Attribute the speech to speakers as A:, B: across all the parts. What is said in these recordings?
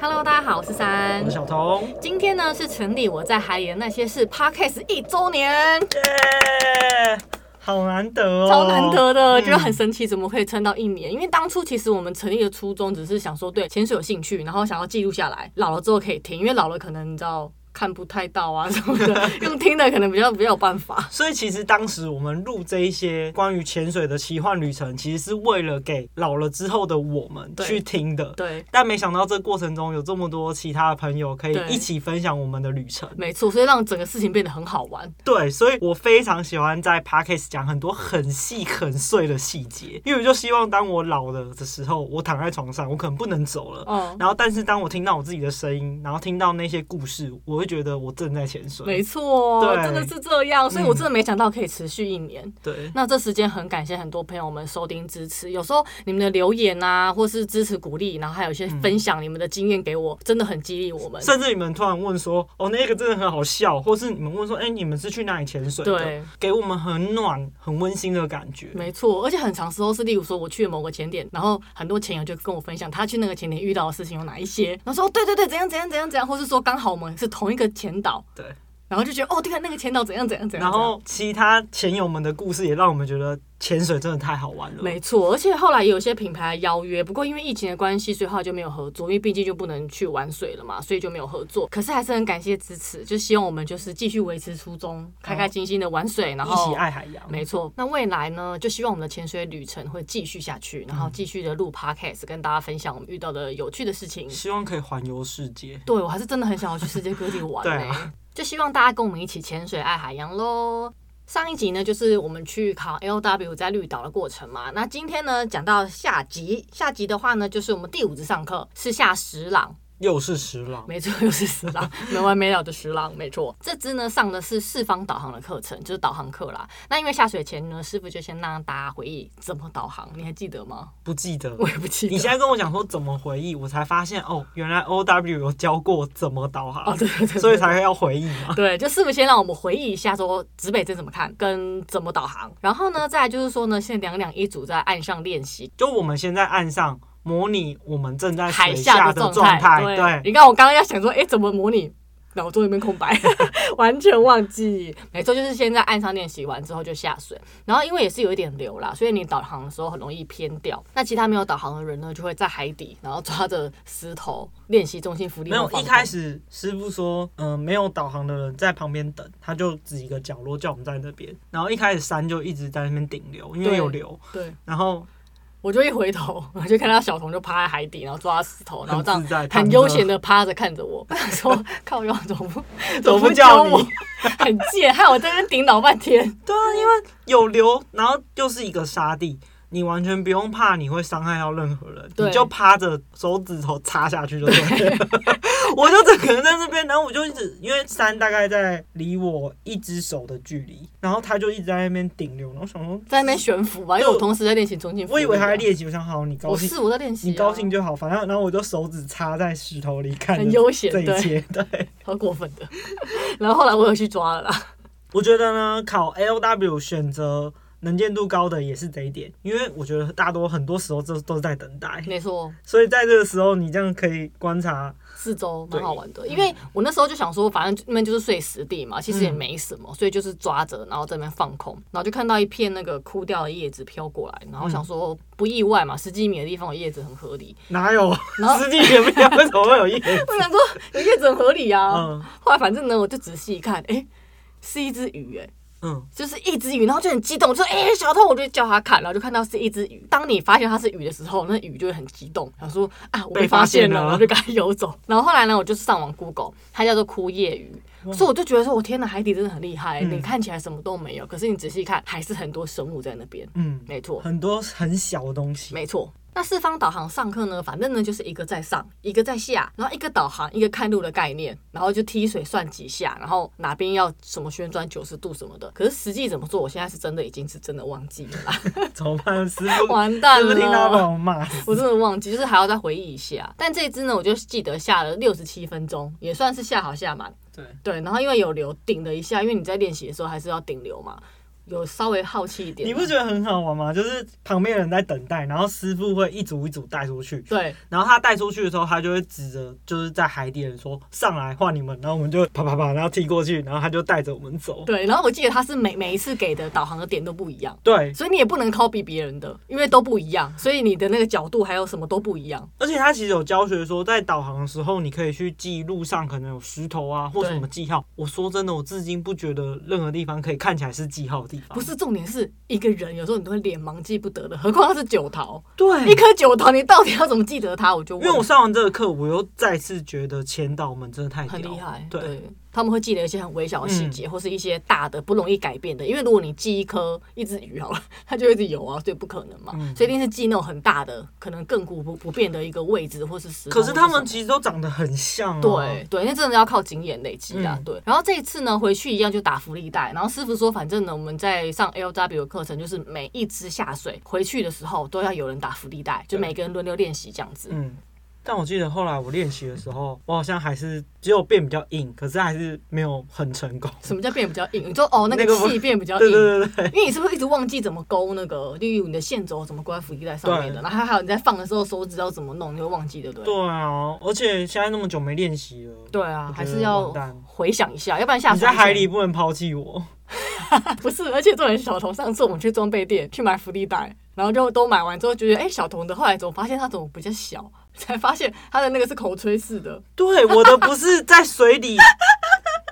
A: Hello，大家好，我是三
B: 我。是小童，
A: 今天呢是成立我在海里的那些事 Podcast 一周年，
B: 耶、好难得哦，
A: 超难得的，
B: 嗯
A: 觉得很神奇，怎么可以撑到一年？因为当初其实我们成立的初衷只是想说对潜水有兴趣，然后想要记录下来，老了之后可以听，因为老了可能你知道看不太到啊 什么 的，用听的可能比较比较有办法。
B: 所以其实当时我们录这一些关于潜水的奇幻旅程，其实是为了给老了之后的我们
A: 对
B: 去听的。
A: 对，
B: 但没想到这过程中有这么多其他的朋友可以
A: 对
B: 一起分享我们的旅程。
A: 没错，所以让整个事情变得很好玩。
B: 对，所以我非常喜欢在 podcast 讲很多很细很碎的细节，因为我就希望当我老了的时候，我躺在床上，我可能不能走了。
A: 嗯，
B: 然后，但是当我听到我自己的声音，然后听到那些故事，我会觉得我正在潜水。
A: 没错，
B: 对
A: 真的是这样，所以
B: 嗯
A: 我真的没想到可以持续一年。
B: 对，
A: 那这时间很感谢很多朋友们收听支持，有时候你们的留言啊，或是支持鼓励，然后还有一些分享你们的经验给我，真的很激励我们。
B: 甚至你们突然问说：“哦，那个真的很好笑。”或是你们问说：“哎、你们是去哪里潜水的？”
A: 对，
B: 给我们很暖、很温馨的感觉。
A: 没错，而且很长时候是，例如说我去某个潜点，然后很多潜友就跟我分享他去那个潜点遇到的事情有哪一些，然后说哦对对对，怎样怎样怎样怎样，或是说刚好我们是同一个潜导，
B: 对，
A: 然后就觉得哦，对啊，那个潜导怎样怎样怎样。
B: 然后其他潜友们的故事也让我们觉得潜水真的太好玩了。
A: 没错，而且后来也有一些品牌邀约，不过因为疫情的关系，所以后来就没有合作，因为毕竟就不能去玩水了嘛，所以就没有合作。可是还是很感谢支持，就希望我们就是继续维持初衷，开开心心的玩水，然
B: 一
A: 后
B: 起爱海洋。
A: 没错，那未来呢，就希望我们的潜水旅程会继续下去，然后继续的录 podcast 跟大家分享我们遇到的有趣的事情。
B: 希望可以环游世界。
A: 对我还是真的很想要去世界各地玩、
B: 对
A: 欸，
B: 啊
A: 就希望大家跟我们一起潜水爱海洋喽。上一集呢，就是我们去考 LW 在绿岛的过程嘛。那今天呢，讲到下集，下集的话呢，就是我们第五次上课是下十郎，
B: 又是石郎，
A: 没错，又是十 郎，没完没了的十郎，没错。这支呢上的是四方导航的课程，就是导航课啦。那因为下水前呢，师傅就先让大家回忆怎么导航，你还记得吗？
B: 不记得。
A: 我也不记得。
B: 你现在跟我讲说怎么回忆，我才发现哦，原来 O W 有教过怎么导航，
A: 哦，对对对对，
B: 所以才要回忆嘛。
A: 对，就师傅先让我们回忆一下说哦指北针怎么看，跟怎么导航。然后呢，再来就是说呢，现在两两一组在岸上练习
B: 就我们现在岸上模拟我们正在
A: 海
B: 水
A: 下
B: 的
A: 状
B: 状态，
A: 对，
B: 对，
A: 你看我刚刚要想说，哎，怎么模拟？脑中一片空白，完全忘记。没错，就是先在岸上练习完之后就下水，然后因为也是有一点流啦，所以你导航的时候很容易偏掉。那其他没有导航的人呢，就会在海底，然后抓着石头练习中心浮力。
B: 没有，一开始师傅说，嗯、没有导航的人在旁边等，他就指一个角落叫我们在那边。然后一开始山就一直在那边顶流，因为
A: 对
B: 有流。
A: 对，
B: 然后
A: 我就一回头， 我就看到小童就趴在海底，然后抓石头，然后这样
B: 很自在躺
A: 很
B: 着
A: 悠闲的趴着看着我。我想说，靠 腰怎么不怎
B: 怎
A: 么
B: 么
A: 不
B: 不
A: 教
B: 叫
A: 我
B: 你？
A: 很贱，害我在那边顶脑半天。
B: 对啊，因为有流，然后又是一个沙地，你完全不用怕你会伤害到任何人，
A: 对
B: 你就趴着手指头插下去就对了。 我就整个人在那边，然后我就一直因为山大概在离我一只手的距离，然后他就一直在那边顶流，然后我想说，
A: 在那边悬浮吧，因为我同时在练习中间。
B: 我以为他在，练习，我想好你高
A: 我
B: 兴。
A: 是我在练习、啊，
B: 你高兴，就好，反正然后我就手指插在石头里看，
A: 很悠闲
B: 这一切，对，
A: 好过分的。 然后后来我有去抓了啦，
B: 我觉得呢，考 L W 选择能见度高的也是这一点，因为我觉得大多很多时候这都是在等待，
A: 没错，
B: 所以在这个时候你这样可以观察，
A: 四周蛮好玩的，因为我那时候就想说，反正那边就是碎石地嘛，其实也没什么，所以就是抓着，然后在那边放空，然后就看到一片那个枯掉的叶子飘过来，然后想说不意外嘛，十几米的地方有叶子很合理，
B: 哪有
A: 哦 然后
B: 实际也没有，为什么会有 叶子？
A: 我想说有叶子很合理啊。
B: 嗯
A: 后来反正呢，我就仔细一看，诶，是一只鱼、诶，
B: 嗯，
A: 就是一只鱼，然后就很激动，我就说：“哎、小偷！”我就叫他看，然后就看到是一只鱼。当你发现它是鱼的时候，那鱼就会很激动，想说：“啊，我被
B: 被
A: 发
B: 发
A: 现
B: 现
A: 了！”
B: 了
A: 然后就赶快游走。然后后来呢，我就是上网 Google，它叫做枯叶鱼，
B: 嗯
A: 所以我就觉得说：“我天哪，海底真的很厉害、你看起来什么都没有，可是你仔细看，还是很多生物在那边。
B: 嗯，
A: 没错，
B: 很多很小的东西，
A: 没错。那四方导航上课呢，反正呢就是一个在上，一个在下，然后一个导航，一个看路的概念，然后就踢水算几下，然后哪边要什么旋转九十度什么的。可是实际怎么做，我现在是真的已经是真的忘记了 啦，
B: 怎么办？师傅，
A: 完蛋
B: 师傅听到把
A: 了。
B: 我骂死。
A: 我真的忘记，就是还要再回忆一下。但这一支呢，我就记得下了六十七分钟，也算是下好下满。
B: 对，
A: 对，然后因为有流顶了一下，因为你在练习的时候还是要顶流嘛，有稍微好奇一点。
B: 你不觉得很好玩吗？就是旁边人在等待，然后师傅会一组一组带出去，
A: 对，
B: 然后他带出去的时候，他就会指着就是在海底的人说上来换你们，然后我们就啪啪啪，然后踢过去，然后他就带着我们走。
A: 对，然后我记得他是每每一次给的导航的点都不一样，
B: 对，
A: 所以你也不能 copy 别人的，因为都不一样，所以你的那个角度还有什么都不一样。
B: 而且他其实有教学说，在导航的时候，你可以去记路上可能有石头啊或
A: 对
B: 什么记号。我说真的，我至今不觉得任何地方可以看起来是记号的地 方。
A: 不，是重点是一个人有时候你都会脸盲记不得的，何况他是九桃，
B: 对，
A: 一颗九桃你到底要怎么记得它？我就
B: 因
A: 问
B: 为我上完这个课，我又再次觉得前导们真的太屌
A: 很
B: 了
A: 厉害，
B: 对，嗯
A: 他们会记得一些很微小的细节，或是一些大的不容易改变的。因为如果你记一颗一只鱼好了， 它就一直游啊，所以不可能嘛，
B: 嗯
A: 所以一定是记那种很大的，可能亘古不不变的一个位置或是时空
B: 可
A: 或什
B: 是
A: 么。
B: 他们其实都长得很像、啊。
A: 对，对，那真的要靠经验累积啊。
B: 嗯
A: 对，然后这一次呢，回去一样就打福利带。然后师傅说，反正呢，我们在上 LW 的课程，就是每一只下水回去的时候都要有人打福利带，就
B: 对
A: 每个人轮流练习这样子。
B: 嗯。但我记得后来我练习的时候，我好像还是只有变比较硬，可是还是没有很成功。
A: 什么叫变比较硬？你说哦，那
B: 那个
A: 个
B: 不
A: 气变比较硬。
B: 对对对对，
A: 因为你是不是一直忘记怎么勾那个，例如你的线轴怎么勾在福利带上面的，
B: 对
A: 然后还有你在放的时候手指要怎么弄，你会忘记，对不对？
B: 对啊！而且现在那么久没练习了，
A: 对啊，
B: 我觉得
A: 还是要
B: 完蛋
A: 回想一下，要不然下
B: 你
A: 次
B: 在海里不能抛弃我。
A: 不是，而且重点是小童上次我们去装备店去买福利袋，然后就都买完之后觉得，哎、小童的后来怎么发现它怎么比较小，才发现它的那个是口吹式 的，
B: 对，我的不是在水里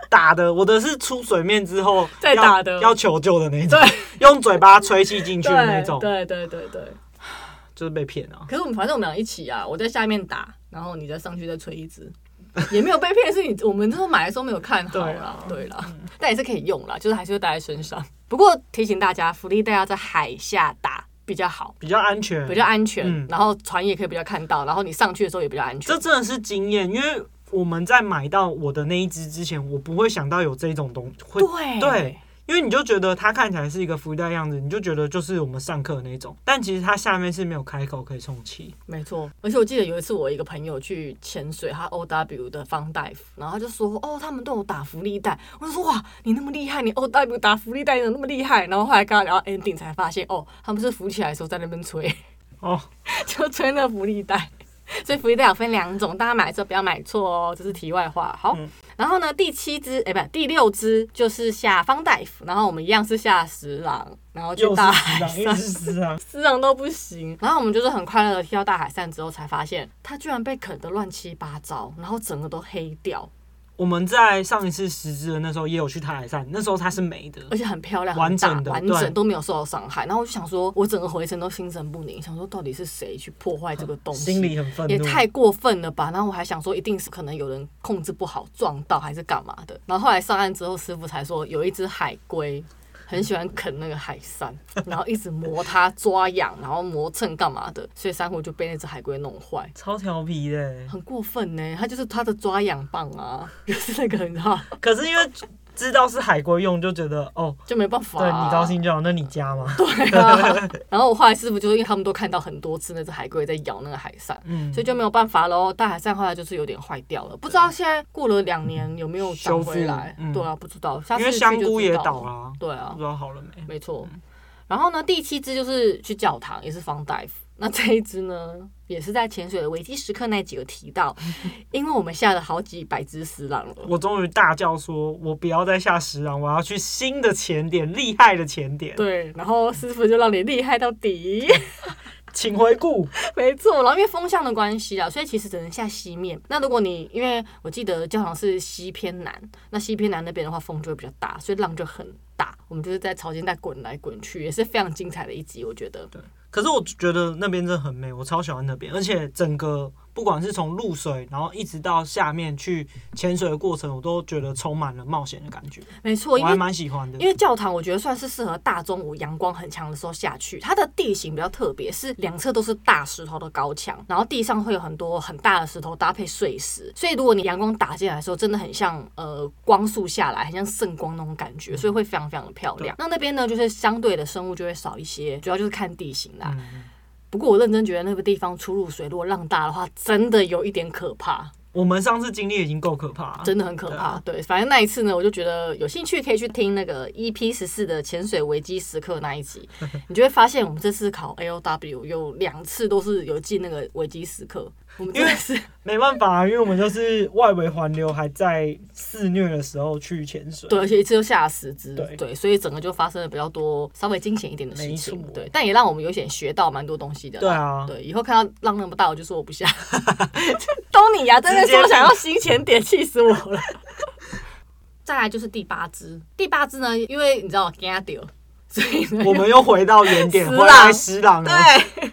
B: 打的，我的是出水面之后
A: 再
B: 要
A: 打的
B: 要求救的那种，
A: 对
B: 用嘴巴吹气进去的那
A: 对
B: 种，
A: 对对对对。
B: 就是被骗啊。
A: 可是我们反正我们俩一起啊，我在下面打，然后你再上去再吹一支， 也没有被骗，是你我们那时候买的时候没有看好
B: 对
A: 啦
B: 啊，
A: 对啦，但也是可以用啦，就是还是会带在身上。不过提醒大家，福利带要在海下打比较好，
B: 比较安全，
A: 比较安全，
B: 嗯
A: 然后船也可以比较看到，然后你上去的时候也比较安全
B: 这。真的是经验，因为我们在买到我的那一只之前，我不会想到有这种东会，
A: 对
B: 对因为你就觉得它看起来是一个福袋样子，你就觉得就是我们上课的那种，但其实它下面是没有开口可以充气，
A: 没错，而且我记得有一次我一个朋友去潜水，他 O W 的方大夫，然后他就说哦，他们都有打福利带，我就说哇，你那么厉害，你 O W 打福利带你怎么那么厉害？然后后来跟他聊到 ending 才发现哦，他们是浮起来的时候在那边吹，
B: 哦，
A: 就吹那福利带。所以福利带有分两种，大家买的时候不要买错哦，这是题外话。好，
B: 嗯
A: 然后呢，第七只哎、不，第六只就是下方大夫，然后我们一样是下石郎，然后去
B: 又是
A: 大
B: 十
A: 海
B: 张，
A: 上
B: 又。是十张，
A: 死长都不行。然后我们就是很快乐的踢到大海扇之后，才发现它居然被啃得乱七八糟，然后整个都黑掉，
B: 我们在上一次十只的那时候也有去泰海山，那时候它是没的，
A: 而且很漂亮，
B: 完整
A: 很
B: 的
A: 大完
B: 对
A: 整都没有受到伤害。然后我就想说，我整个回程都心神不宁，想说到底是谁去破坏这个东西？
B: 心里很愤
A: 也
B: 怒，
A: 太过分了吧！然后我还想说，一定是可能有人控制不好撞到还是干嘛的。然后后来上岸之后，师傅才说有一只海龟很喜欢啃那个海扇，然后一直磨它抓痒，然后磨蹭干嘛的，所以珊瑚就被那只海龟弄坏。
B: 超调皮的欸。
A: 很过分呢、他就是他的抓痒棒啊， 就是那个你知道，
B: 可是因为知道是海龟用，就觉得哦，
A: 就没办法、啊
B: 对你高。兴就好，那你加 吗？
A: 对啊，然后我后来师傅就是因为他们都看到很多次那只海龟在咬那个海扇，
B: 嗯
A: 所以就没有办法喽。大海扇后来就是有点坏掉了，不知道现在过了两年有没有长回来
B: 修？复嗯嗯
A: 对啊，不知道。下
B: 因
A: 次
B: 为
A: 去
B: 香
A: 就
B: 菇
A: 知
B: 也
A: 道
B: 倒
A: 了。
B: 啦，
A: 对
B: 不
A: 啊，
B: 知道好了没。
A: 没错。
B: 嗯
A: 然后呢，第七只就是去教堂，也是方大夫。那这一只呢，也是在潜水的危机时刻那集有提 到，因为我们下了好几百只死狼了。
B: 我终于大叫说：“我不要再下十郎，我要去新的前点，厉害的前点，
A: 对，然后师傅就让你厉害到底，
B: 请回顾。
A: 没错。然后因为风向的关系啊，所以其实只能下西面。那如果你因为我记得教堂是西偏南，那西偏南那边的话风就会比较大，所以浪就很大。我们就是在潮间带滚来滚去，也是非常精彩的一集，我觉得。”
B: 可是我觉得那边真的很美，我超喜欢那边，而且整个不管是从入水，然后一直到下面去潜水的过程，我都觉得充满了冒险的感觉，
A: 没错，
B: 我
A: 因
B: 还
A: 为
B: 蛮喜欢的
A: 因。为教堂我觉得算是适合大中午阳光很强的时候下去，它的地形比较特别，是两侧都是大石头的高墙，然后地上会有很多很大的石头搭配碎石，所以如果你阳光打进来的时候，真的很像呃光束下来，很像圣光那种感觉，所以会非常非常的漂亮。那那边呢，就是相对的生物就会少一些，主要就是看地形啦。
B: 嗯，
A: 不过我认真觉得那个地方出入水，如果浪大的话，真的有一点可怕。
B: 我们上次经历已经够可怕了，
A: 真的很可怕。
B: 啊
A: 对，反正那一次呢，我就觉得有兴趣可以去听那个 EP 十四的潜水危机时刻那一 集，你就会发现我们这次考 AOW 有两次都是有进那个危机时刻， 我们真的 是
B: 没办法、啊，因为我们就是外围环流还在肆虐的时候去潜水。
A: 对，而且一次就下十只，
B: 对
A: 对，所以整个就发生了比较多稍微惊险一点的事情
B: 没，错
A: 对，但也让我们有一点学到蛮多东西的
B: 对
A: 啦。
B: 啊，
A: 对，以后看到浪那么大，我就说我 不下。东尼牙在那说想要新钱点，气死我了。 再来就是第八只，第八只呢，因为你知道我惊掉，所以呢，
B: 我们又回到原 点，
A: 死
B: 回
A: 狼
B: 来石狼了。
A: 对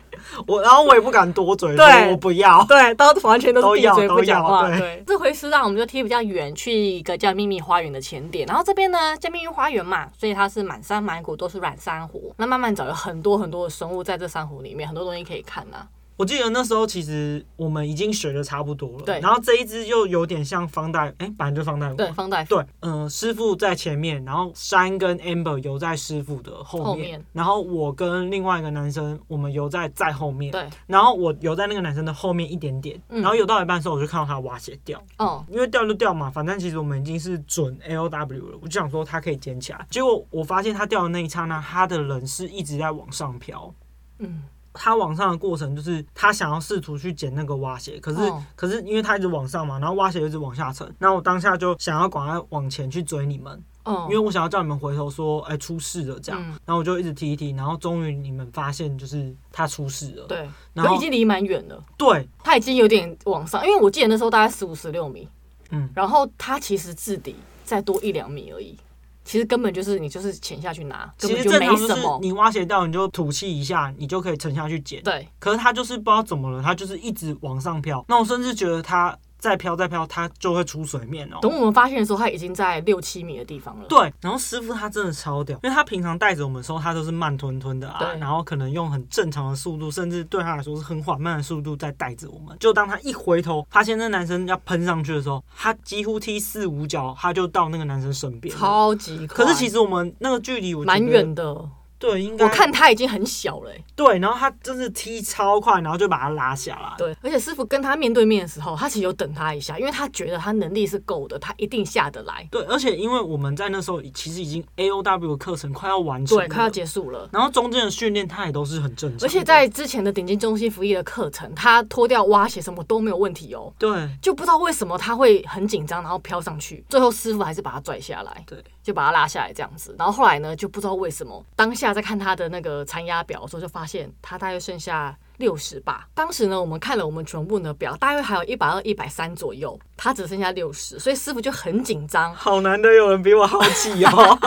B: 我然后我也不敢多嘴，
A: 对
B: 说我不要。
A: 对，都完全都
B: 都
A: 是闭
B: 要
A: 嘴不讲话。
B: 都要
A: 对，这回是让我们就贴比较远，去一个叫秘密花园的前点。然后这边呢叫秘密花园嘛，所以它是满山满谷都是软珊瑚。那慢慢找有很多很多的生物在这珊瑚里面，很多东西可以看呐、啊
B: 我记得那时候其实我们已经学的差不多了，
A: 对
B: 然后这一只又有点像方大，哎、本来就方大，
A: 对，放大
B: 对，嗯、师傅在前面，然后山跟 Amber 游在师傅的后面，
A: 后面
B: 然后我跟另外一个男生，我们游在在后面，
A: 对，
B: 然后我游在那个男生的后面一点点，
A: 嗯
B: 然后游到一半的时候，我就看到他蛙鞋掉，
A: 哦，
B: 因为掉就掉嘛，反正其实我们已经是准 L W 了，我就想说他可以捡起来，结果我发现他掉的那一刹那，他的人是一直在往上飘。
A: 嗯，
B: 他往上的过程就是他想要试图去捡那个蛙鞋，可是、
A: 哦
B: 可是因为他一直往上嘛，然后蛙鞋一直往下沉，然后我当下就想要赶快往前去追你们，
A: 哦，
B: 因为我想要叫你们回头说，哎、出事了这样，
A: 嗯
B: 然后我就一直踢一踢，然后终于你们发现就是他出事了，
A: 对，
B: 然
A: 可
B: 后
A: 已经离蛮远了。
B: 对，
A: 他已经有点往上，因为我记得那时候大概十五十六米，
B: 嗯，
A: 然后他其实至底再多一两米而已，其实根本就是你就是潜下去拿，根
B: 其
A: 本
B: 实
A: 就
B: 正
A: 没
B: 常就
A: 什
B: 是
A: 么。
B: 你蛙鞋掉你就吐气一下，你就可以沉下去捡，
A: 对，
B: 可是他就是不知道怎么了，他就是一直往上飘，那我甚至觉得他再飘再飘，他就会出水面哦、
A: 等我们发现的时候，他已经在六七米的地方了。
B: 对，然后师傅他真的超屌，因为他平常带着我们的时候，他都是慢吞吞的啊，
A: 对
B: 然后可能用很正常的速度，甚至对他来说是很缓慢的速度在带着我们。就当他一回头，发现那男生要喷上去的时候，他几乎踢四五脚，他就到那个男生身边了。
A: 超级快。
B: 可是其实我们那个距离我觉
A: 蛮
B: 得，
A: 远的，
B: 对，应该
A: 我看他已经很小了、欸
B: 对，然后他真是踢超快，然后就把他拉下来。
A: 对，而且师傅跟他面对面的时候，他其实有等他一下，因为他觉得他能力是够的，他一定下得来。
B: 对，而且因为我们在那时候其实已经 A O W 课程快要完成了，
A: 对，快要结束了。
B: 然后中间的训练他也都是很正常的，
A: 而且在之前的顶尖中心服役的课程，他脱掉蛙鞋什么都没有问题哦，
B: 对
A: 就不知道为什么他会很紧张，然后飘上去，最后师傅还是把他拽下来，
B: 对。，
A: 就把他拉下来这样子。然后后来呢，就不知道为什么，当下在看他的那个残压表的时候，就发现他大约剩下六十吧。当时呢，我们看了我们全部的表，大约还有一百二、一百三左右，他只剩下六十，所以师傅就很紧张
B: 好难得有人比我好奇 哦。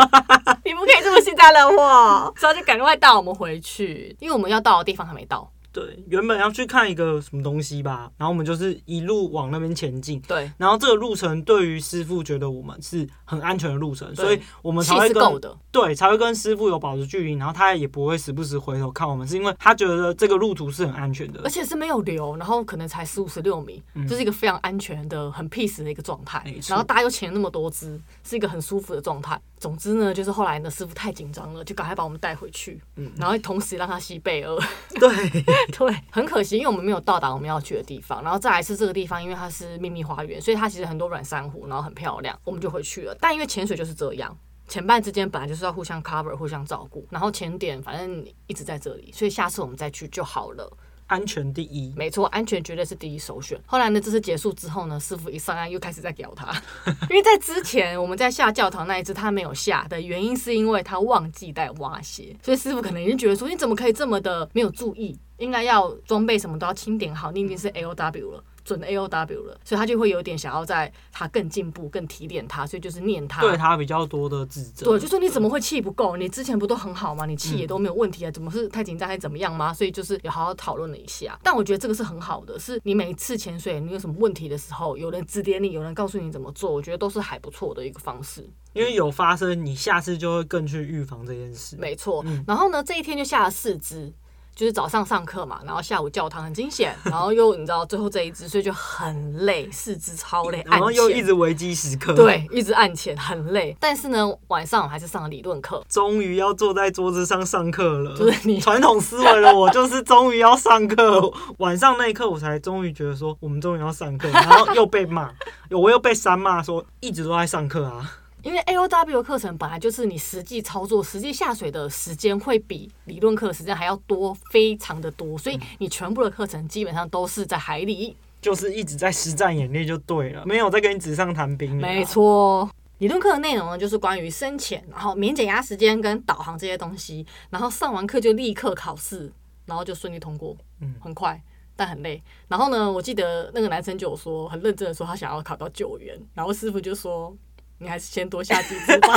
A: 你不可以这么幸灾乐 祸，所以他就赶快带我们回去，因为我们要到的地方还没到。
B: 对，原本要去看一个什么东西吧，然后我们就是一路往那边前进。
A: 对，
B: 然后这个路程对于师傅觉得我们是很安全的路程，所以我们才
A: 气
B: 会
A: 是够
B: 跟
A: 的，
B: 对才会跟师傅有保持距离，然后他也不会时不时回头看我们，是因为他觉得这个路途是很安全的嗯
A: 而。且是没有流，然后可能才十五十六米，这是一个非常安全的、很 peace 的一个状态
B: 没。错
A: 然后大家又潜了那么多只，是一个很舒服的状态。总之呢，就是后来呢，师傅太紧张了，就赶快把我们带回去，然后同时让他吸贝尔。
B: 嗯对，
A: 对，很可惜，因为我们没有到达我们要去的地方。然后再来是这个地方，因为它是秘密花园，所以它其实很多软珊瑚，然后很漂亮，我们就回去了。但因为潜水就是这样。前半之间本来就是要互相 cover、互相照顾，然后前点反正一直在这里，所以下次我们再去就好了。
B: 安全第一。
A: 没错，安全绝对是第一首选。后来呢，这次结束之后呢，师傅一上岸又开始在屌他， 因为在之前我们在下教堂那一次他没有下的原因，是因为他忘记带蛙鞋，所以师傅可能已经觉得说你怎么可以这么的没有注意，应该要装备什么都要清点好，你已经是 A O W 了。准 A O W 了，所以他就会有点想要在他更进步、更提点他，所以就是念他，
B: 对他比较多的指责，
A: 啊对，就说你
B: 嗯
A: 怎么会气不够？你之前不都很好吗？你气也都没有问题啊，怎么是太紧张还是怎么样吗？所以就是有好好讨论了一下。但我觉得这个是很好的，是你每次潜水你有什么问题的时候，有人指点你，有人告诉你怎么做，我觉得都是还不错的一个方式。
B: 因为有发生，你下次就会更去预防这件事。嗯
A: 没错。然后呢，这一天就下了四只。就是早上上课嘛，然后下午教堂很惊险，然后又你知道最后这一只，所以就很累，四肢超累，
B: 然后又
A: 按
B: 一
A: 钱
B: 直危机时刻，，
A: 对，一直按钱很累。但是呢，晚上我还是上了理论课，
B: 终于要坐在桌子上上课了。
A: 就是你
B: 传统思维了，我就是终于要上课。晚上那一刻，我才终于觉得说，我们终于要上 课，然后又被骂，我又被三骂说一直都在上课啊。
A: 因为 A O W 课程本来就是你实际操作、实际下水的时间会比理论课的时间还要多，非常的多，所以你全部的课程基本上都是在海里。
B: 就是一直在实战演练就对了，没有在跟你纸上谈兵了。啊
A: 没，错。理论课的内容呢，就是关于深潜，然后免减压时间跟导航这些东西，然后上完课就立刻考试，然后就顺利通过，
B: 嗯
A: 很快，但很累。然后呢，我记得那个男生就有说，很认真的说他想要考到救援，然后师傅就说，你还是先多下几次吧。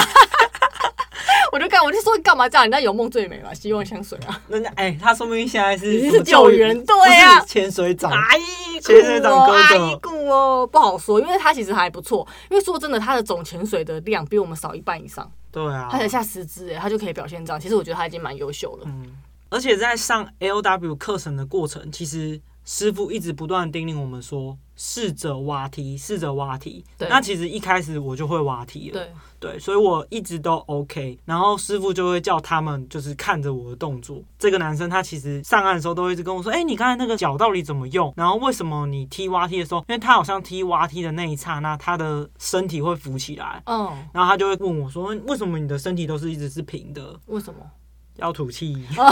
A: 我就干，我就说干嘛这样？人家有梦最美嘛，希望香水啊，
B: 人家哎、他说明现在
A: 你
B: 是
A: 是
B: 什么
A: 救援队啊
B: 不是潜水长。
A: 哎一
B: 谢谢长哥的
A: 哎一股哦，不好说，因为他其实还不错，因为说真的，他的总潜水的量比我们少一半以上。
B: 对啊
A: 他，才下十支哎，他就可以表现这样。其实我觉得他已经蛮优秀了。
B: 嗯，而且在上 L W 课程的过程，其实师傅一直不断地叮咛我们说，试着挖梯，试着挖梯。
A: 对
B: 那其实一开始我就会挖梯了。
A: 对，
B: 对，所以我一直都 OK。然后师傅就会叫他们就是看着我的动作。这个男生他其实上岸的时候都会一直跟我说：“哎、你刚才那个脚到底怎么用？然后为什么你踢蛙踢的时候，因为他好像踢蛙踢的那一刹那，他的身体会浮起来。”
A: 嗯，
B: 然后他就会问我说：“为什么你的身体都是一直是平的？
A: 为什么？
B: 要吐气。
A: 哦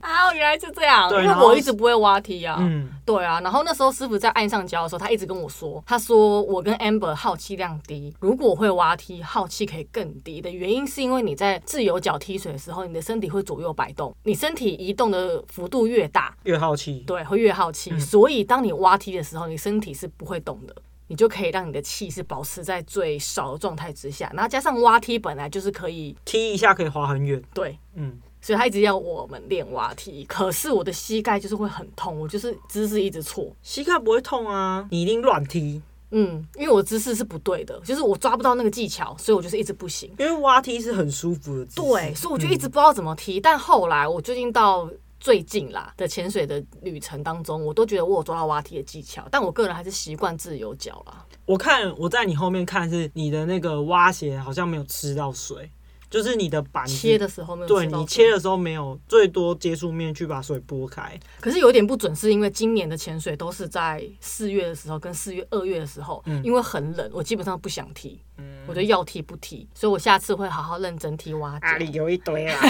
A: 啊，原来是这样，因
B: 对
A: 为
B: 然后
A: 我一直不会蛙踢啊。
B: 嗯，
A: 对啊，然后那时候师傅在岸上教的时候，他一直跟我说，他说我跟 Amber 好气量低，如果我会蛙踢，好气可以更低的原因是因为你在自由脚踢水的时候，你的身体会左右摆动，你身体移动的幅度越大，
B: 越好奇。
A: 对，会越好气。
B: 嗯
A: 所以当你蛙踢的时候，你身体是不会动的，你就可以让你的气是保持在最少的状态之下。然后加上蛙踢本来就是可以
B: 踢一下可以滑很远。
A: 对。
B: 嗯，
A: 所以他一直要我们练蛙踢，可是我的膝盖就是会很痛，我就是姿势一直错，
B: 膝盖不会痛啊，你一定乱踢，
A: 嗯，因为我姿势是不对的，就是我抓不到那个技巧，所以我就是一直不行。
B: 因为蛙踢是很舒服的姿势。
A: 对，所以我就一直不知道怎么踢。但后来我最近到最近啦的潜水的旅程当中，我都觉得我有抓到蛙踢的技巧，但我个人还是习惯自由脚啦。
B: 我看我在你后面看是你的那个蛙鞋好像没有吃到水，就是你的板子
A: 切的时候没有
B: 对
A: 吃到
B: 你
A: 水
B: 切的时候没有最多接触面去把水拨开，
A: 可是有点不准，是因为今年的潜水都是在四月的时候跟四月、二月的时候，
B: 嗯
A: 因为很冷，我基本上不想踢，我就要踢不踢，所以我下次会好好认真踢蛙
B: 哪
A: 脚。
B: 里有一堆啊，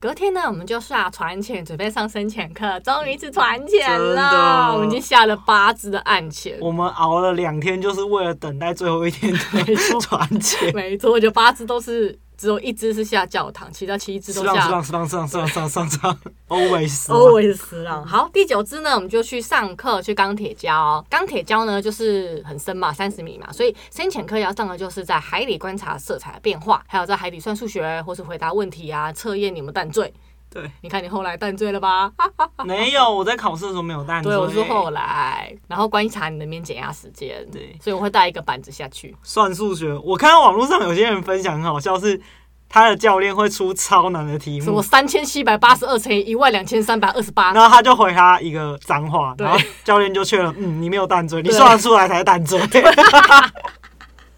A: 隔天呢，我们就下船潜，准备上深潜课，终于是船潜
B: 真的
A: 了，我们已经下了八只的岸潜。
B: 我们熬了两天就是为了等待最后一天
A: 没
B: 的
A: 错
B: 传奇。
A: 没错，我觉得八只都是只有一只是下教堂，其他七只
B: 是啊
A: 都
B: 浪是
A: 下
B: 浪是浪是浪是浪是浪是浪是浪，always 啊
A: always 死浪。好，第九只呢，我们就去上课去钢铁礁。钢铁礁呢就是很深嘛，三十米嘛，所以深潜课要上的就是在海里观察色彩的变化，还有在海底算数学或是回答问题啊，测验你们淡醉。
B: 对，
A: 你看你后来淡醉了吧？啊
B: 没有我在考试的时候没有淡水，
A: 对，我是后来，然后观察你的免减压时间。
B: 对
A: 所以我会带一个板子下去。
B: 算数学，我看到网络上有些人分享很好笑是。他的教练会出超难的题
A: 什
B: 目
A: 么，三千七百八十二乘以一万两千三百二十八，
B: 然后他就回他一个脏话，
A: 对
B: 然后教练就确认，嗯，你没有淡追，你
A: 对
B: 算得出来才是淡追。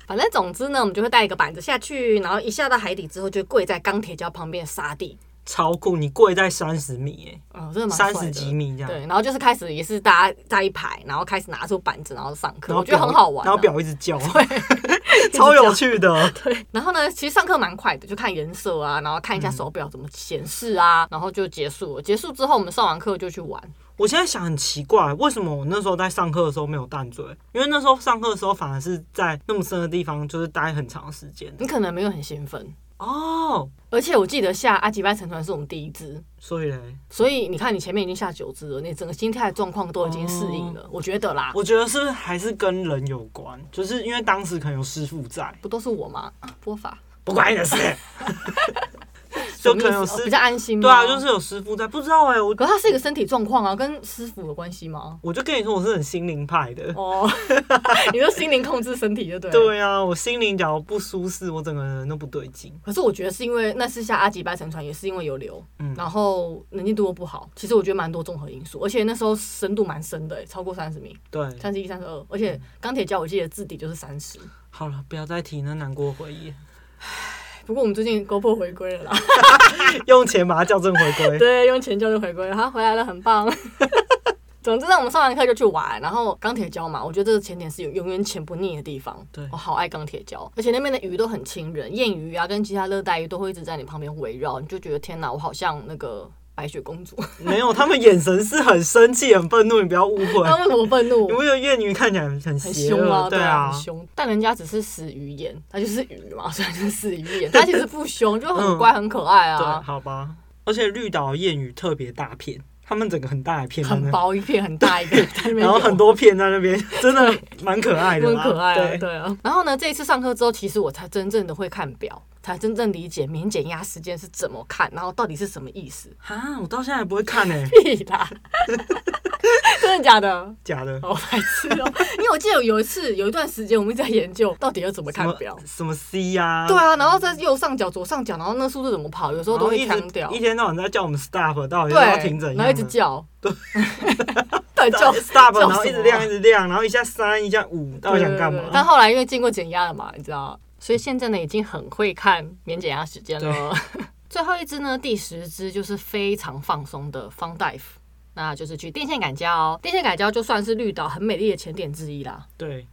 A: 反正总之呢，我们就会带一个板子下去，然后一下到海底之后，就跪在钢铁礁旁边的沙地，
B: 超酷，你跪在三十米、
A: 嗯，真的
B: 欸，
A: 蛮
B: 三
A: 帅
B: 十
A: 的
B: 几。米这样，
A: 对，然后就是开始也是大家在一排，然后开始拿出板子，然后上课，
B: 然后
A: 我觉得
B: 表
A: 很好玩啊、
B: 然后表一 直叫， 超有趣的。
A: 然后呢，其实上课蛮快的，就看颜色啊，然后看一下
B: 嗯
A: 手表怎么显示啊，然后就结束了。结束之后，我们上完课就去玩。
B: 我现在想很奇怪，为什么我那时候在上课的时候没有淡追？因为那时候上课的时候反而是在那么深的地方，就是待很长时间
A: 你可能没有很兴奋，
B: 哦。
A: 而且我记得下阿吉拜沉船是我们第一支，
B: 所以嘞，
A: 所以你看你前面已经下九支了，你整个心态的状况都已经适应
B: 哦
A: 了，我觉得啦，
B: 我觉得是不是还是跟人有关，就是因为当时可能有师傅在，
A: 不都是我吗？播法。
B: 不关你的事。就可能有
A: 什么意思
B: 师
A: 哦比较安心吗。
B: 对啊，就是有师傅在，不知道哎、我
A: 可是他是一个身体状况啊，跟师傅有关系吗？
B: 我就跟你说我是很心灵派的。
A: 哦，你说心灵控制身体就对了。。
B: 对啊，我心灵假如不舒适，我整个人都不对劲。
A: 可是我觉得是因为那次下阿吉拜沉船也是因为有流，
B: 嗯
A: 然后能见度又不好，其实我觉得蛮多综合因素，而且那时候深度蛮深的、欸，超过三十米，
B: 对，
A: 三十一、三十二，而且钢铁礁我记得字底就是三十。
B: 好了，不要再提那难过回忆，
A: 不过我们最近 GoPro 回归了啦，
B: 用钱把它校正回 归。
A: 对，用钱就是回归了，他回来了，很棒。 总之呢，我们上完课就去玩，然后钢铁礁嘛，我觉得这个潜点是永远潜不腻的地方。
B: 对
A: 我好爱钢铁礁，而且那边的鱼都很亲人，燕鱼啊跟其他热带鱼都会一直在你旁边围绕，你就觉得天哪，我好像那个白雪公 主。
B: 没有，他们眼神是很生气、很愤怒，你不要误会。
A: 那为什么愤怒
B: 你？不觉得艳女看起来很
A: 哦很
B: 邪
A: 凶
B: 恶？
A: 啊，
B: 对
A: 啊，
B: 啊
A: 很，凶。但人家只是死鱼眼，它就是鱼嘛， 所以它就是死鱼 眼。它其实不凶，就很乖、很可爱
B: 嗯对，
A: 啊，
B: 好吧。而且绿岛谚语特别大片，他们整个很大一片在
A: 很
B: 那，
A: 薄一片，很大一 片，在那边
B: 然后
A: 游
B: 很多片在 那边，真的蛮可爱的
A: 很
B: 啦，
A: 可爱啊，
B: 对
A: 对啊。然后呢，这一次上课之后，其实我才真正的会看表，才真正理解免减压时间是怎么看，然后到底是什么意 思。
B: 啊，我到现在还不会 看呢、
A: 屁啦！真的假的？
B: 假的。
A: 好白痴哦、 因为我记得有一次有一段时间，我们一直在研究到底要怎么
B: 什
A: 看
B: 么
A: 表。
B: 什么 C 呀、
A: 对啊，然后在右上角、左上角，然后那速度怎么跑，有时候
B: 然
A: 都
B: 后
A: 会
B: 一直
A: 强调
B: 一。天到晚在叫我们 stop，到底
A: 对，
B: 要停怎样
A: 然后一直
B: 的？
A: 叫，对， 到底叫
B: stop，
A: 叫
B: 然后一
A: 什
B: 直
A: 么啊
B: 亮一直亮，然后一下三一下五，到底想干
A: 对对对但
B: 嘛？
A: 后来因为经过减压了嘛，你知道，所以现在呢已经很会看免减压时间了。 最后一支呢，第十支就是非常放松的 Fun Dive，那就是去电线杆礁。电线杆礁就算是绿岛很美丽的潜点之一啦。
B: 对，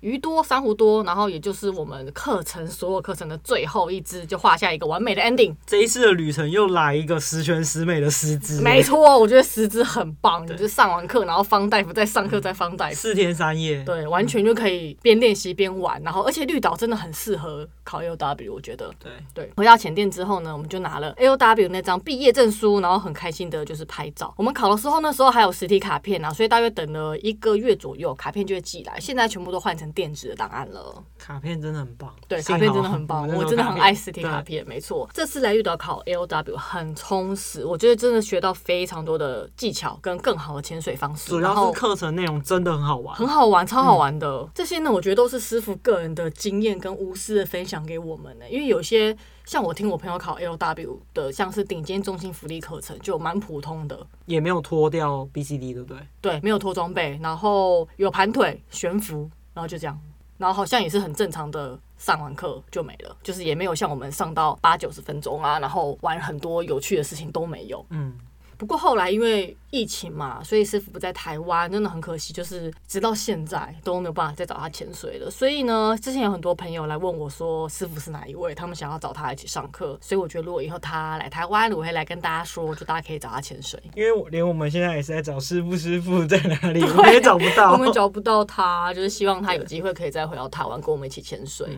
A: 鱼多，珊瑚多，然后也就是我们课程所有课程的最后一支，就画下一个完美的 ending。
B: 这一次的旅程又来一个十全十美的失职，
A: 没错，我觉得十支很棒，你就上完课，然后方大夫再上课，再方大夫。
B: 四天三夜，
A: 对，完全就可以边练习边玩，然后而且绿岛真的很适合考 A O W，我觉得。
B: 对，
A: 对，回到前店之后呢，我们就拿了 A O W 那张毕业证书，然后很开心的就是拍照。我们考的时候那时候还有实体卡片啊，所以大约等了一个月左右，卡片就会寄来。现在全部都换成电子的档案了。
B: 卡片真的很棒，
A: 对，
B: 幸
A: 卡
B: 好
A: 片真的很棒，
B: 那时候
A: 我真的很
B: 卡片
A: 爱实体卡。片，没错。这次来绿岛考 A O W 很充实，我觉得真的学到非常多的技巧跟更好的潜水方式，
B: 主
A: 然
B: 要
A: 后
B: 是课程内容真的很好玩，
A: 很好玩，超好玩的。这些呢，我觉得都是师傅个人的经验跟无私的分享给我们欸的、因为有些像我听我朋友考 L W 的，像是顶尖中心福利课程，就蛮普通的。
B: 也没有脱掉 B C D，对不对？
A: 对，没有脱装备，然后有盘腿、悬浮，然后就这样，然后好像也是很正常的，上完课就没了，就是也没有像我们上到八九十分钟啊，然后玩很多有趣的事情都没有。
B: 嗯，
A: 不过后来因为疫情嘛，所以师傅不在台湾，真的很可惜，就是直到现在都没有办法再找他潜水了。所以呢，之前有很多朋友来问我说，师傅是哪一位，他们想要找他一起上课。所以我觉得如果以后他来台湾，我会来跟大家说，就大家可以找他潜水。
B: 因为我连我们现在也是在找师傅，师傅在哪里，我们也找不到。
A: 我们找不到他，就是希望他有机会可以再回到台湾跟我们一起潜水。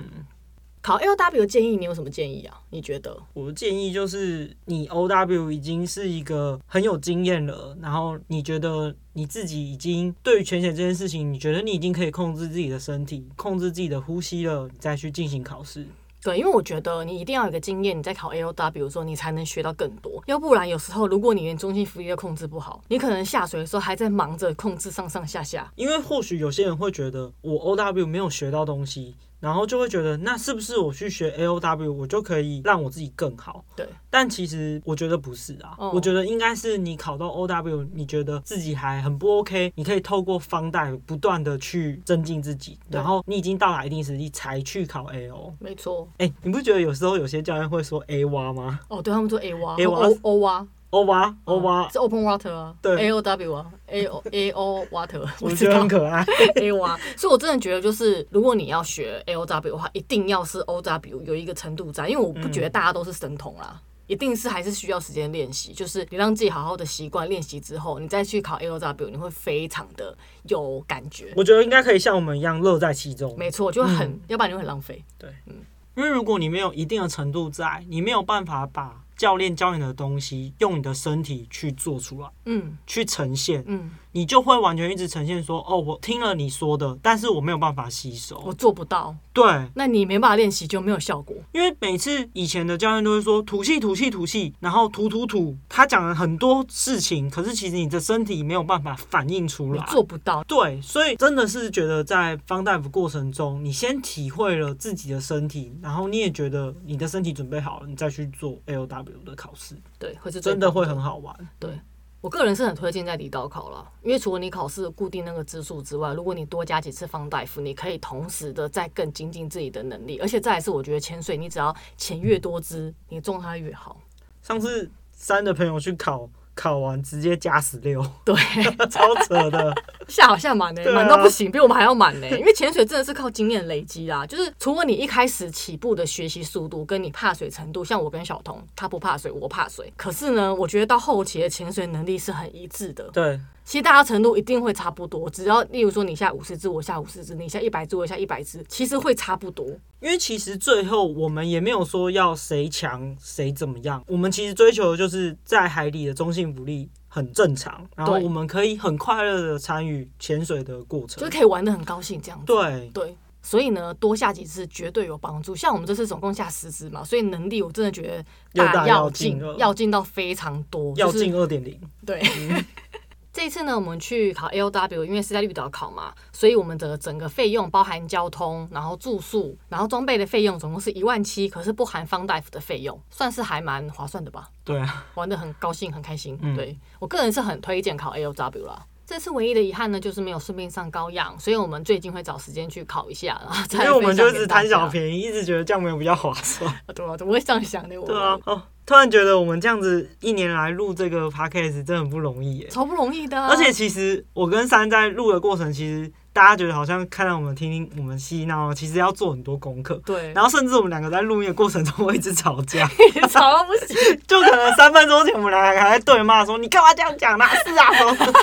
A: 考 L W 建议你有什么建议啊？你觉得？
B: 我的建议就是，你 O W 已经是一个很有经验了，然后你觉得你自己已经对于全险这件事情，你觉得你已经可以控制自己的身体，控制自己的呼吸了，你再去进行考试。
A: 对，因为我觉得你一定要有一个经验，你在考 A O W 的时候，你才能学到更多。要不然，有时候如果你连中心浮力都控制不好，你可能下水的时候还在忙着控制上上下下。
B: 因为或许有些人会觉得我 O W 没有学到东西，然后就会觉得那是不是我去学 A O W 我就可以让我自己更好？
A: 对，
B: 但其实我觉得不是啊，
A: 哦
B: 我觉得应该是你考到 O W，你觉得自己还很不 OK，你可以透过方贷不断的去增进自己，
A: 对
B: 然后你已经到达一定实力才去考 A O。
A: 没错。
B: 哎、你不觉得有时候有些教练会说 A 蛙吗
A: 哦，对他们说 A 蛙
B: A 蛙
A: O O 蛙
B: ？O 蛙 O 蛙，
A: 啊是 Open Water 啊，
B: 对
A: ，A O W 啊，A O A O Water，
B: 我
A: 知
B: 觉得
A: 道
B: 很可爱。
A: A 蛙。所以我真的觉得，就是如果你要学 A O W 的话，一定要是 O W 有一个程度在，因为我
B: 嗯
A: 不觉得大家都是神童啦。一定是还是需要时间练习，就是你让自己好好的习惯练习之后，你再去考 A O W，你会非常的有感觉。
B: 我觉得应该可以像我们一样乐在其中。
A: 没错，就会
B: 嗯
A: 很，要不然你会很浪费。
B: 因为如果你没有一定的程度在，你没有办法把教练教你的东西，用你的身体去做出来，
A: 嗯
B: 去呈现，
A: 嗯，
B: 你就会完全一直呈现说，哦，我听了你说的，但是我没有办法吸收
A: 我。做不到，
B: 对，
A: 那你没办法练习就没有效果。
B: 因为每次以前的教练都会说吐气、吐气、吐气，然后吐吐吐，他讲了很多事情，可是其实你的身体没有办法反应出
A: 你
B: 来。
A: 做不到，
B: 对，所以真的是觉得在方大夫过程中，你先体会了自己的身体，然后你也觉得你的身体准备好了，你再去做 L W 的考试，
A: 对，会是最
B: 真的
A: 棒
B: 会很好玩。
A: 我个人是很推荐在离岛考了，因为除了你考试固定那个支数之外，如果你多加几次方大夫，你可以同时的再更精进自己的能力，而且再来是我觉得潜水，你只要潜越多支，你中它越好。
B: 上次三的朋友去考，考完直接加十六，
A: 对，
B: 超扯的。
A: 下好下满呢、
B: 对啊
A: 满到不行，比我们还要满呢、因为潜水真的是靠经验累积啦，就是除了你一开始起步的学习速度跟你怕水程度，像我跟小童，他不怕水，我怕水。可是呢，我觉得到后期的潜水能力是很一致的，
B: 对，
A: 其实大家程度一定会差不多，只要例如说你下五十只，我下五十只，你下一百只，我下一百只，其实会差不多。
B: 因为其实最后我们也没有说要谁强谁怎么样，我们其实追求的就是在海里的中性浮力很正常，然后
A: 对
B: 我们可以很快乐的参与潜水的过
A: 就
B: 程。
A: 可以玩的很高兴这样子。
B: 对，
A: 对，所以呢，多下几次绝对有帮助。像我们这次总共下十只嘛，所以能力我真的觉得
B: 又大
A: 要
B: 要进了
A: 要进到非常多，
B: 要
A: 就是
B: 进二点零。
A: 对。这一次呢，我们去考 L W，因为是在绿岛考嘛，所以我们的整个费用包含交通，然后住宿，然后装备的费用，总共是一万七，可是不含方大夫的费用，算是还蛮划算的吧。
B: 对啊，
A: 玩的很高兴，很开心。
B: 嗯
A: 对我个人是很推荐考 A O W 啦。这次唯一的遗憾呢，就是没有顺便上高氧，所以我们最近会找时间去考一下啦。因
B: 因为我们就一直贪小便宜，一直觉得这样没有比较划算。
A: 宜，对啊，怎么会这样想的？我
B: 对啊，哦，突然觉得我们这样子一年来录这个 podcast 真的很不容易耶。
A: 超不容易的啊、
B: 嗯而且其实我跟三在录的过程，其实大家觉得好像看到我们听听我们嬉闹，其实要做很多功课。
A: 对，
B: 然后甚至我们两个在录音的过程中会一直吵架，
A: 吵到不行。
B: 就可能三分钟前我们两个还在对骂说你干嘛这样讲啦、是啊，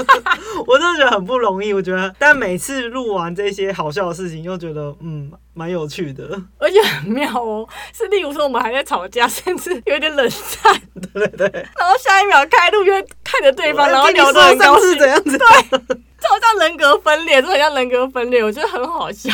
B: 我真的觉得很不容易。我觉得，但每次录完这些好笑的事情，又觉得嗯蛮有趣的。
A: 而且很妙哦，是例如说我们还在吵架，甚至有点冷战，对对对。然后下一秒开路，就会看着对方，然后
B: 你
A: 聊得
B: 说
A: 很高
B: 上次
A: 兴，
B: 怎样子，
A: 这好像人格分裂，这好像人格分裂，我觉得很好笑。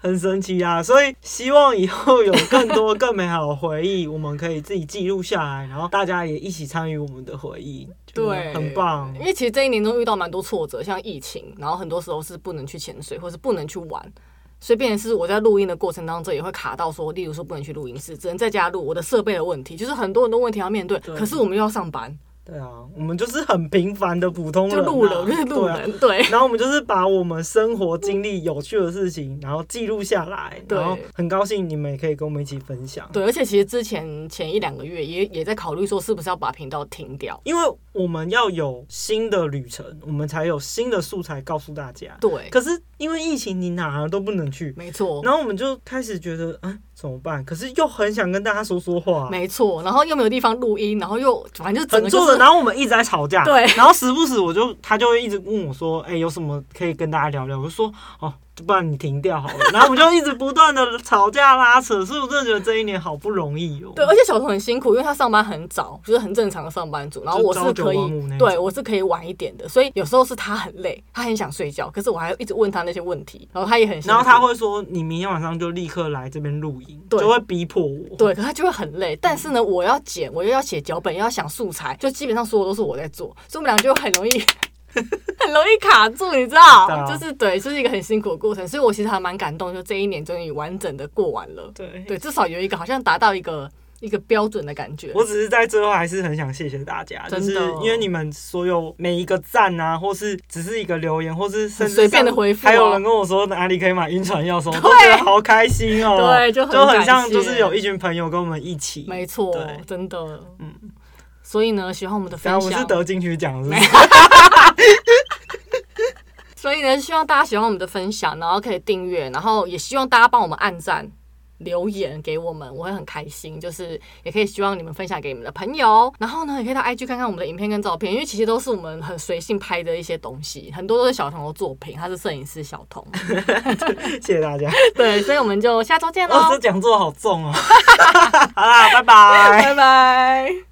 B: 很神奇啊！所以希望以后有更多更美好的回忆，我们可以自己记录下来，然后大家也一起参与我们的回忆，觉得
A: 对，
B: 很棒
A: 因。为其实这一年中遇到蛮多挫折，像疫情，然后很多时候是不能去潜水，或是不能去玩。所以，变成是我在录音的过程当中也会卡到说，例如说不能去录音室，只能在家录。我的设备的问题，就是很多很多问题要面对。
B: 对
A: 可是我们又要上班，
B: 对啊，我们就是很平凡的普通人、
A: 就
B: 啊，
A: 录了，就是录
B: 对啊
A: 人，对。
B: 然后我们就是把我们生活经历有趣的事情，然后记录下来，
A: 对
B: 然后很高兴你们也可以跟我们一起分享。
A: 对，而且其实之前前一两个月也也在考虑说，是不是要把频道停掉。
B: 因为我们要有新的旅程，我们才有新的素材告诉大家。
A: 对，
B: 可是因为疫情，你哪儿都不能去，
A: 没错，
B: 然后我们就开始觉得，啊，怎么办？可是又很想跟大家说说话，啊
A: 没错。然后又没有地方录音，然后又反正就整
B: 很
A: 个
B: 做
A: 就
B: 的。
A: 是
B: 然后我们一直在吵架，
A: 对
B: 然后时不时我就他就会一直问我说，哎、有什么可以跟大家聊聊？我就说，哦，不然你停掉好了。然后我们就一直不断的吵架拉扯，所以我真的觉得这一年好不容易哦。
A: 对，而且小童很辛苦，因为他上班很早，就是很正常的上班族。然后我是
B: 就朝
A: 可
B: 九晚五那
A: 以，
B: 种
A: 对我是可以晚一点的，所以有时候是他很累，他很想睡觉，可是我还一直问他那些问题，然后他也很辛苦，
B: 然后他会说，你明天晚上就立刻来这边录音，
A: 对
B: 就会逼迫我。
A: 对，可他就会很累。但是呢，我要剪，我又要写脚本，又要想素材，就基本上所有都是我在做，所以我们俩就很容 易。很容易卡住，你知
B: 对
A: 道，
B: 啊
A: 就是对，就是一个很辛苦的过程，所以我其实还蛮感动，就这一年终于完整的过完了，
B: 对
A: 对，至少有一个好像达到一个一个标准的感觉，
B: 我只是在最后还是很想谢谢大家，就
A: 真的哦
B: 是因为你们所有每一个赞啊，或是只是一个留言，或是甚至
A: 很随便的回复啊
B: 还有人跟我说哪里可以买晕船药的时候，我都觉得好开心哦、
A: 对就
B: 就
A: 很
B: 很像
A: 感谢
B: 就是有一群朋友跟我们一起。
A: 没错
B: 对，
A: 真的，嗯
B: 嗯，
A: 所以呢，喜欢我们的分
B: 然后我
A: 享，
B: 是得金曲奖，是不
A: 没
B: 是？
A: 所以呢，希望大家喜欢我们的分享，然后可以订阅，然后也希望大家帮我们按赞、留言给我们，我会很开心。就是也可以希望你们分享给你们的朋友，然后呢，也可以到 IG 看看我们的影片跟照片，因为其实都是我们很随性拍的一些东西，很多都是小童的作品，他是摄影师小童。
B: 谢谢 大家。
A: 对，所以我们就下周见
B: 哦，
A: 喽
B: 这，讲座好重哦、好啦，拜 拜。
A: 拜拜。